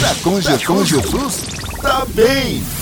Na Conge, Conge Plus, tá bem!